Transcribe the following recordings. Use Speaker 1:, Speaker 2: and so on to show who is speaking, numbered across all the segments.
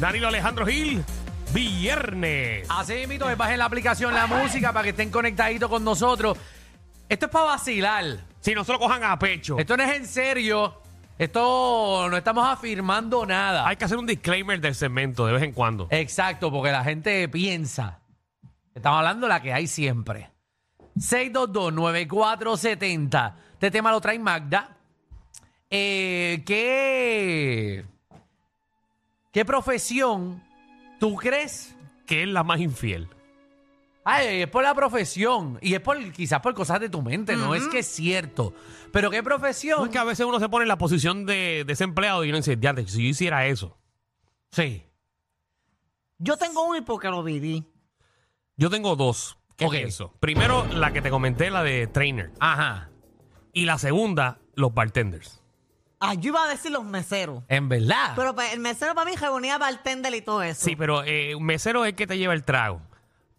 Speaker 1: Danilo Alejandro Gil, viernes.
Speaker 2: Así mito, es bajen la aplicación La Música para que estén conectaditos con nosotros. Esto es para vacilar.
Speaker 1: Si no se lo cojan a pecho.
Speaker 2: Esto no es en serio. Esto no estamos afirmando nada.
Speaker 1: Hay que hacer un disclaimer del segmento de vez en cuando.
Speaker 2: Exacto, porque la gente piensa. Estamos hablando de la que hay siempre. 622-9470. Este tema lo trae Magda. Eh, ¿qué, ¿Qué profesión tú crees?
Speaker 1: Que es la más infiel.
Speaker 2: Ay, es por la profesión y es por quizás por cosas de tu mente, no es que es cierto. Pero qué
Speaker 1: No
Speaker 2: profesión.
Speaker 1: es que a veces uno se pone en la posición de desempleado y uno dice, "Diantre, si yo hiciera eso,
Speaker 2: Sí.
Speaker 3: Yo tengo uno y porque lo viví.
Speaker 1: yo tengo dos. ¿Qué
Speaker 2: Ok.
Speaker 1: pienso? Primero, la que te comenté, la de trainer.
Speaker 2: Ajá.
Speaker 1: Y la segunda, los bartenders.
Speaker 3: Ah, yo iba a decir los meseros.
Speaker 2: En verdad.
Speaker 3: Pero pues, el mesero para mí reunía bartender y todo eso.
Speaker 1: Sí, pero eh, un mesero es el que te lleva el trago.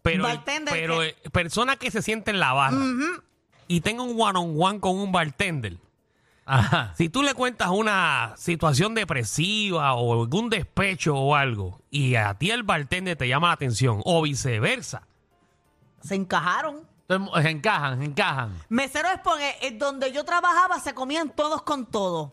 Speaker 1: Pero,
Speaker 3: Bartender
Speaker 1: pero
Speaker 3: que-
Speaker 1: eh, persona que se siente en la barra y tenga un one-on-one con un bartender.
Speaker 2: Ajá.
Speaker 1: Si tú le cuentas una situación depresiva o algún despecho o algo, y a ti el bartender te llama la atención, o viceversa,
Speaker 3: Se encajaron.
Speaker 2: Entonces, se encajan, se encajan.
Speaker 3: Mesero es porque eh, donde yo trabajaba se comían todos con todo.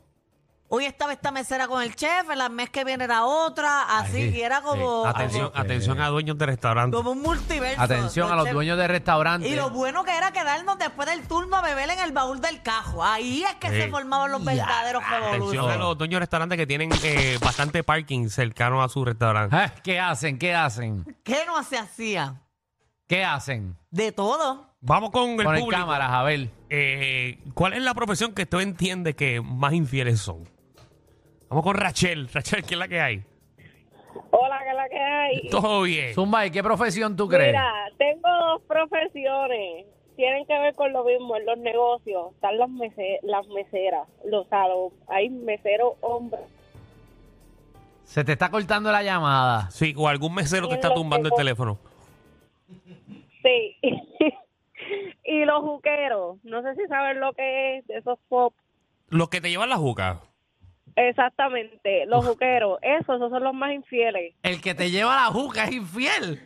Speaker 3: Hoy estaba esta mesera con el chef, el mes que viene era otra, así,
Speaker 2: Ay,
Speaker 3: y era como,
Speaker 1: eh, atención,
Speaker 2: Ay,
Speaker 1: atención a dueños de restaurantes.
Speaker 3: como un multiverso.
Speaker 2: Atención a los
Speaker 3: chefs.
Speaker 2: dueños de restaurantes.
Speaker 3: Y lo bueno que era quedarnos después del turno a beber en el baúl del cajo. Ahí es que
Speaker 1: Sí.
Speaker 3: se formaban los
Speaker 2: Eh, Ya,
Speaker 3: verdaderos
Speaker 1: Eh, Atención a
Speaker 3: revoluciones.
Speaker 1: los dueños de restaurantes que tienen eh, bastante parking cercano a su restaurante.
Speaker 2: Ah, ¿Qué hacen? ¿Qué hacen?
Speaker 3: ¿Qué no se hacía?
Speaker 2: ¿Qué hacen?
Speaker 3: De todo.
Speaker 1: Vamos con el
Speaker 2: Ponen
Speaker 1: público.
Speaker 2: cámaras, a ver.
Speaker 1: Eh, ¿Cuál es la profesión que tú entiendes que más infieles son? Vamos con Rachel. Rachel, ¿qué es la que hay?
Speaker 4: Hola, ¿qué es la que hay?
Speaker 1: Todo bien.
Speaker 2: Zumba, ¿y qué profesión tú crees?
Speaker 4: Mira, tengo dos profesiones. Tienen que ver con lo mismo en los negocios. Están las, mese- las meseras, los salón. Hay meseros hombres.
Speaker 2: Se te está cortando la llamada.
Speaker 1: Sí, o algún mesero te está tumbando el teléfono.
Speaker 4: Sí. y los juqueros. No sé si saben lo que es de esos pop.
Speaker 1: Los que te llevan la juca.
Speaker 4: Exactamente, los juqueros. Esos, esos son los más infieles.
Speaker 2: El que te lleva la juca es infiel.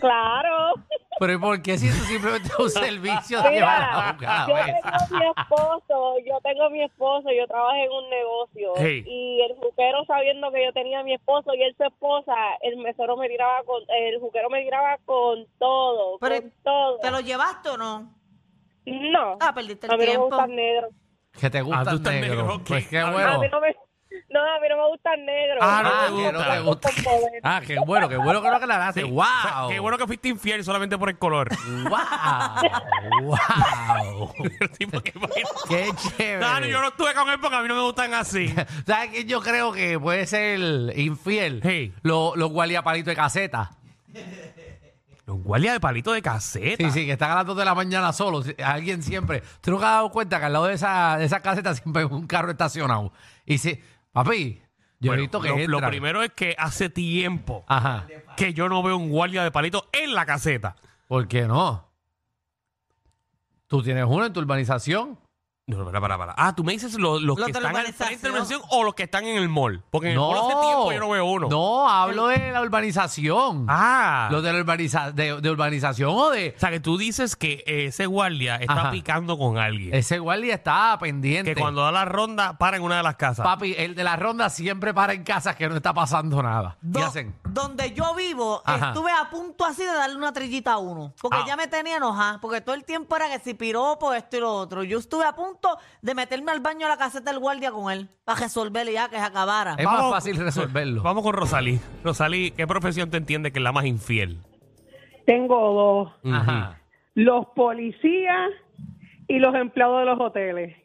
Speaker 4: Claro.
Speaker 2: Pero ¿y por qué si eso simplemente es un servicio de llevar la pues.
Speaker 4: Mira,
Speaker 2: juca?
Speaker 4: yo
Speaker 2: A ver.
Speaker 4: tengo mi esposo, yo tengo mi esposo, yo trabajé en un negocio
Speaker 1: Hey.
Speaker 4: y el juquero sabiendo que yo tenía a mi esposo y él su esposa, el mesero me tiraba con, el juquero me tiraba con todo,
Speaker 3: Pero,
Speaker 4: con todo.
Speaker 3: ¿Te lo llevaste o no?
Speaker 4: No,
Speaker 3: Ah, perdiste el
Speaker 4: a mí no me
Speaker 3: tiempo.
Speaker 4: gustan negros.
Speaker 2: Que te
Speaker 1: Ah, tú
Speaker 2: gustan
Speaker 1: estás
Speaker 2: negros.
Speaker 1: negro, ok.
Speaker 2: Pues qué
Speaker 1: Ah,
Speaker 2: bueno.
Speaker 4: A mí no me, no, a mí no me gustan negros.
Speaker 1: Ah, no
Speaker 2: Ah,
Speaker 1: te
Speaker 2: que no
Speaker 1: gusta.
Speaker 2: te gusta. Ah, qué bueno, qué bueno que lo aclaraste.
Speaker 1: Sí. O
Speaker 2: ¡Wow!
Speaker 1: sea, Qué bueno que fuiste infiel solamente por el color.
Speaker 2: ¡Wow! ¡Wow!
Speaker 1: Sí, porque imagínate.
Speaker 2: ¡Qué chévere!
Speaker 1: No, no, yo no estuve con él porque a mí no me gustan así.
Speaker 2: ¿Sabes quién yo creo que puede ser infiel?
Speaker 1: Sí.
Speaker 2: Los, los guardiapalitos de caseta.
Speaker 1: Los guardias de palito de caseta.
Speaker 2: Sí, sí, que están a las 2 de la mañana solos. Alguien siempre. ¿Tú nunca has dado cuenta que al lado de esa, de esa caseta siempre hay un carro estacionado? Y si, papi, yo
Speaker 1: Bueno,
Speaker 2: he visto que
Speaker 1: lo, lo
Speaker 2: entran.
Speaker 1: primero es que hace tiempo
Speaker 2: Ajá.
Speaker 1: que yo no veo un guardia de palito en la caseta.
Speaker 2: ¿Por qué no? ¿Tú tienes uno en tu urbanización?
Speaker 1: No, no, para, para, para. Ah, tú me dices lo- los,
Speaker 3: Los
Speaker 1: que
Speaker 3: de la
Speaker 1: están al
Speaker 3: urbanización.
Speaker 1: frente de la urbanización o los que están en el mall. Porque en el mall hace tiempo yo no veo uno.
Speaker 2: No, hablo de la urbanización.
Speaker 1: Ah.
Speaker 2: Lo de, la urbaniza- de, de urbanización o de.
Speaker 1: O sea, que tú dices que ese guardia está
Speaker 2: Ajá.
Speaker 1: picando con alguien.
Speaker 2: Ese guardia está pendiente.
Speaker 1: que cuando da la ronda para en una de las casas.
Speaker 2: Papi, el de la ronda siempre para en casa que no está pasando nada. ¿Qué
Speaker 3: Do-
Speaker 2: hacen?
Speaker 3: Donde yo vivo,
Speaker 2: Ajá.
Speaker 3: estuve a punto así de darle una trillita a uno. Porque
Speaker 1: Ah.
Speaker 3: ya me tenía enojada. Porque todo el tiempo era que si piropo, esto y lo otro. Yo estuve a punto de meterme al baño a la caseta del guardia con él. Para resolverle ya que se acabara.
Speaker 2: Es más
Speaker 1: Vamos-
Speaker 2: fácil resolverlo.
Speaker 1: Vamos con Rosalí. Rosalí, ¿qué profesión te entiende que es la más infiel?
Speaker 4: Tengo dos,
Speaker 2: Ajá.
Speaker 4: los policías y los empleados de los hoteles.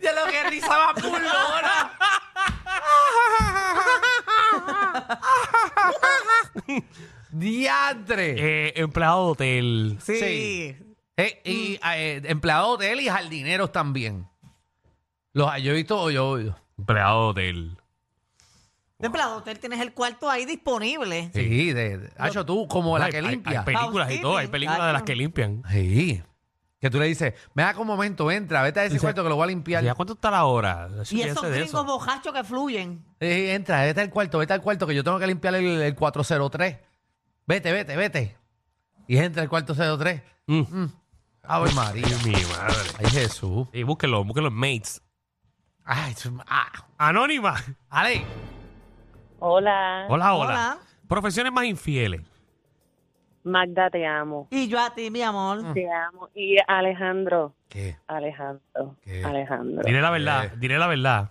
Speaker 2: De lo que risa más pulona. Diantre.
Speaker 1: Eh, empleado de hotel.
Speaker 2: sí. Eh, y eh, empleados de hotel y jardineros también. Los ah, yo he visto, yo, yo-
Speaker 1: Empleado de hotel.
Speaker 3: De empleado hotel tienes el cuarto ahí disponible.
Speaker 2: sí, de, de- Hacho, tú como la
Speaker 1: Hay-
Speaker 2: que
Speaker 1: hay-
Speaker 2: limpia.
Speaker 1: Hay, películas y todo. Hay
Speaker 3: Housekeeping,
Speaker 1: películas de las que limpian.
Speaker 2: sí. Que tú le dices, me da un momento, entra, vete a ese
Speaker 1: Dice,
Speaker 2: cuarto que lo voy a limpiar.
Speaker 1: ¿Ya cuánto está la hora?
Speaker 3: Y esos
Speaker 1: Olvídate de eso.
Speaker 3: gringos bojachos que fluyen.
Speaker 2: Eh, entra, vete al cuarto, vete al cuarto que yo tengo que limpiar el, el 403. Vete, vete, vete. Y entra el 403.
Speaker 1: Mm.
Speaker 2: Ave María.
Speaker 1: Ay, mi madre.
Speaker 2: Ay, Jesús.
Speaker 1: Y búsquenlo, búsquenlo en Mates.
Speaker 2: Ay, su- ah.
Speaker 1: Anónima.
Speaker 2: Ale.
Speaker 4: Hola,
Speaker 1: Hola, hola.
Speaker 3: Hola.
Speaker 1: Profesiones más infieles.
Speaker 4: Magda, te amo.
Speaker 3: Y yo a ti, mi amor.
Speaker 2: Mm.
Speaker 4: Te amo. Y Alejandro,
Speaker 2: ¿Qué?
Speaker 4: Alejandro,
Speaker 2: ¿Qué?
Speaker 4: Alejandro.
Speaker 1: Diré la verdad,
Speaker 2: Eh.
Speaker 1: diré la verdad.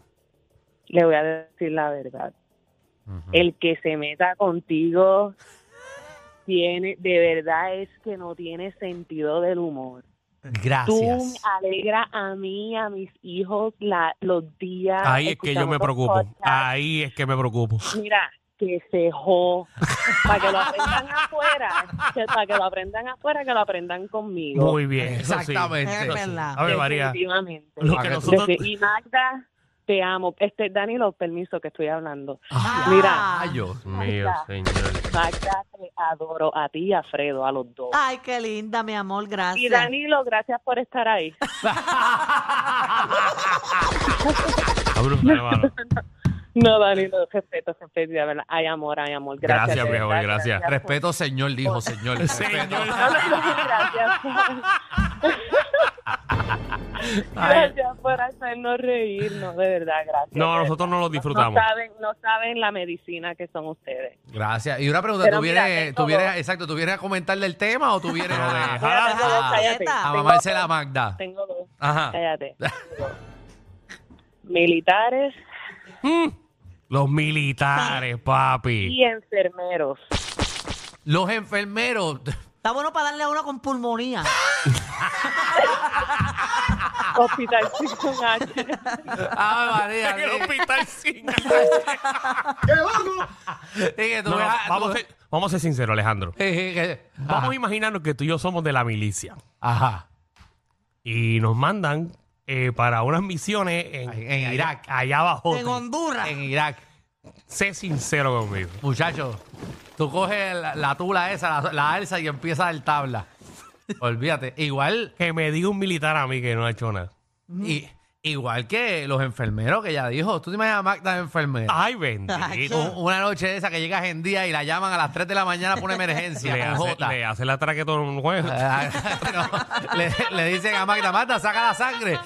Speaker 4: Le voy a decir la verdad. El que se meta contigo tiene, de verdad es que no tiene sentido del humor. Tú me
Speaker 2: Gracias.
Speaker 4: alegra a mí, a mis hijos, la, los días.
Speaker 1: Ahí es que yo
Speaker 4: escuchando
Speaker 1: me
Speaker 4: los
Speaker 1: preocupo. Ah.
Speaker 4: podcasts.
Speaker 1: Ahí es que me preocupo.
Speaker 4: Mira, que se jo. para que lo aprendan afuera. que- para que lo aprendan afuera, que lo aprendan conmigo.
Speaker 1: Muy bien. eso sí.
Speaker 2: Exactamente.
Speaker 1: Eso sí.
Speaker 3: verdad.
Speaker 1: A ver, María.
Speaker 4: Definitivamente.
Speaker 1: Lo
Speaker 2: Ah,
Speaker 1: que
Speaker 2: que
Speaker 1: nosotros.
Speaker 4: Defi- Y Magda, te amo. Este, Dani, los permisos que estoy hablando.
Speaker 2: Ah,
Speaker 4: Mira.
Speaker 2: ay, yo.
Speaker 1: Mío, señor.
Speaker 4: Magda, te adoro a ti y a Fredo, a los dos.
Speaker 3: Ay, qué linda, mi amor. Gracias.
Speaker 4: Y Danilo, gracias por estar ahí.
Speaker 1: Está brutal, hermano.
Speaker 4: No, Danilo, respeto, respeto, de verdad. Hay amor, hay amor. Gracias.
Speaker 1: Gracias,
Speaker 4: de
Speaker 1: mi amor,
Speaker 4: verdad,
Speaker 1: gracias.
Speaker 4: por-
Speaker 2: Respeto, señor, dijo, señor. Respeto.
Speaker 4: Gracias. por- Gracias por hacernos reírnos, de verdad, gracias.
Speaker 1: No,
Speaker 4: de
Speaker 1: nosotros
Speaker 4: verdad.
Speaker 1: no lo disfrutamos.
Speaker 4: No saben, no saben la medicina que son ustedes.
Speaker 2: Gracias. Y una pregunta,
Speaker 4: Pero
Speaker 2: ¿tú
Speaker 4: mira,
Speaker 2: vienes,
Speaker 4: tengo
Speaker 2: tú vienes-
Speaker 4: dos.
Speaker 2: exacto, tú vienes a comentarle el tema o tú vienes
Speaker 1: No,
Speaker 2: a,
Speaker 1: deja.
Speaker 4: Mira, tengo dos,
Speaker 2: Ah,
Speaker 4: cállate.
Speaker 3: ah,
Speaker 2: a
Speaker 4: Tengo
Speaker 2: mamarse
Speaker 4: dos,
Speaker 2: la Magda?
Speaker 4: Tengo dos.
Speaker 2: Ajá.
Speaker 4: Cállate. Tengo dos. Militares
Speaker 1: Los militares, papi.
Speaker 4: y enfermeros.
Speaker 2: Los enfermeros.
Speaker 3: Está bueno para darle a uno con pulmonía.
Speaker 4: Hospital con H.
Speaker 2: Ave Ah, María.
Speaker 1: En el
Speaker 2: sí.
Speaker 1: hospital sin.
Speaker 2: Sí, que tú
Speaker 1: No, no,
Speaker 2: veas- tú-
Speaker 1: vamos, a ser, vamos a ser sinceros, Alejandro.
Speaker 2: Sí, sí, que-
Speaker 1: Vamos
Speaker 2: Ajá.
Speaker 1: a imaginarnos que tú y yo somos de la milicia
Speaker 2: Ajá.
Speaker 1: y nos mandan eh, para unas misiones en,
Speaker 2: Ay, en Irak.
Speaker 1: allá abajo.
Speaker 3: En Honduras.
Speaker 2: En Irak.
Speaker 1: Sé sincero conmigo.
Speaker 2: Muchachos, tú coges la, la tula esa, la, la alza y empiezas a dar tabla. Olvídate. Igual,
Speaker 1: Que me diga un militar a mí que no ha hecho nada.
Speaker 2: i- igual que los enfermeros que ya dijo. Tú te imaginas a Magda enfermera.
Speaker 1: Ay, bendito. Oh,
Speaker 2: Un- Una noche esa que llegas en día y la llaman a las 3 de la mañana por una emergencia.
Speaker 1: le,
Speaker 2: con
Speaker 1: hace,
Speaker 2: Jota.
Speaker 1: le hace la traquetón a un juez.
Speaker 2: Ah. No, le, le dicen a Magda, Magda, saca la sangre.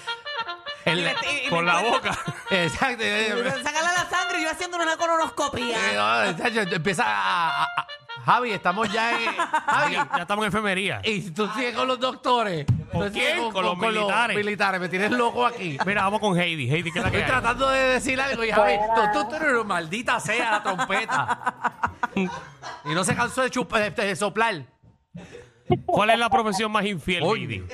Speaker 2: El-
Speaker 1: con la boca.
Speaker 2: exacto.
Speaker 3: Sacarle la sangre y yo haciendo una colonoscopía.
Speaker 2: Eh, no, muchacho, empieza a, a- a- Javi, estamos ya en. Javi,
Speaker 1: ya, ya estamos en enfermería.
Speaker 2: y tú sigues con los doctores.
Speaker 1: ¿Con
Speaker 2: Tú sigues
Speaker 1: quién? Con los militares.
Speaker 2: militares, Me tienes loco aquí.
Speaker 1: Mira, vamos con Heidi. Heidi, ¿qué es la que
Speaker 2: Estoy
Speaker 1: hay?
Speaker 2: tratando de decir algo y Javi, tú, tú, tú eres una maldita sea la trompeta. y no se cansó de, chup- de- de soplar.
Speaker 1: ¿Cuál es la profesión más infiel,
Speaker 2: Oye.
Speaker 1: Heidi?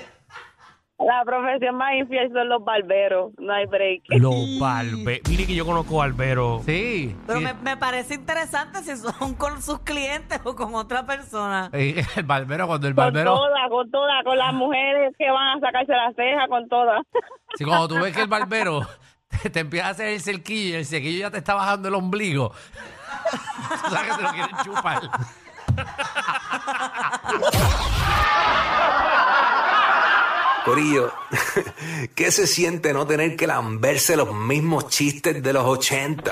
Speaker 4: La profesión más infiel son los barberos. No hay break.
Speaker 1: Los barberos. Mire que yo conozco barberos.
Speaker 2: Sí.
Speaker 3: Pero
Speaker 2: Y-
Speaker 3: me, me parece interesante si son con sus clientes o con otra persona.
Speaker 2: y el barbero, cuando el
Speaker 4: Con
Speaker 2: barbero.
Speaker 4: todas, con todas, con las mujeres que van a sacarse las cejas, con todas.
Speaker 2: Si cuando tú ves que el barbero te, te empieza a hacer el cerquillo y el cerquillo ya te está bajando el ombligo. Tú sabes que te lo quieren chupar.
Speaker 5: Corillo, ¿qué se siente no tener que lamberse los mismos chistes de los 80?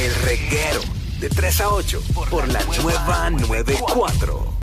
Speaker 5: El reguero de 3 a 8 por la nueva 94.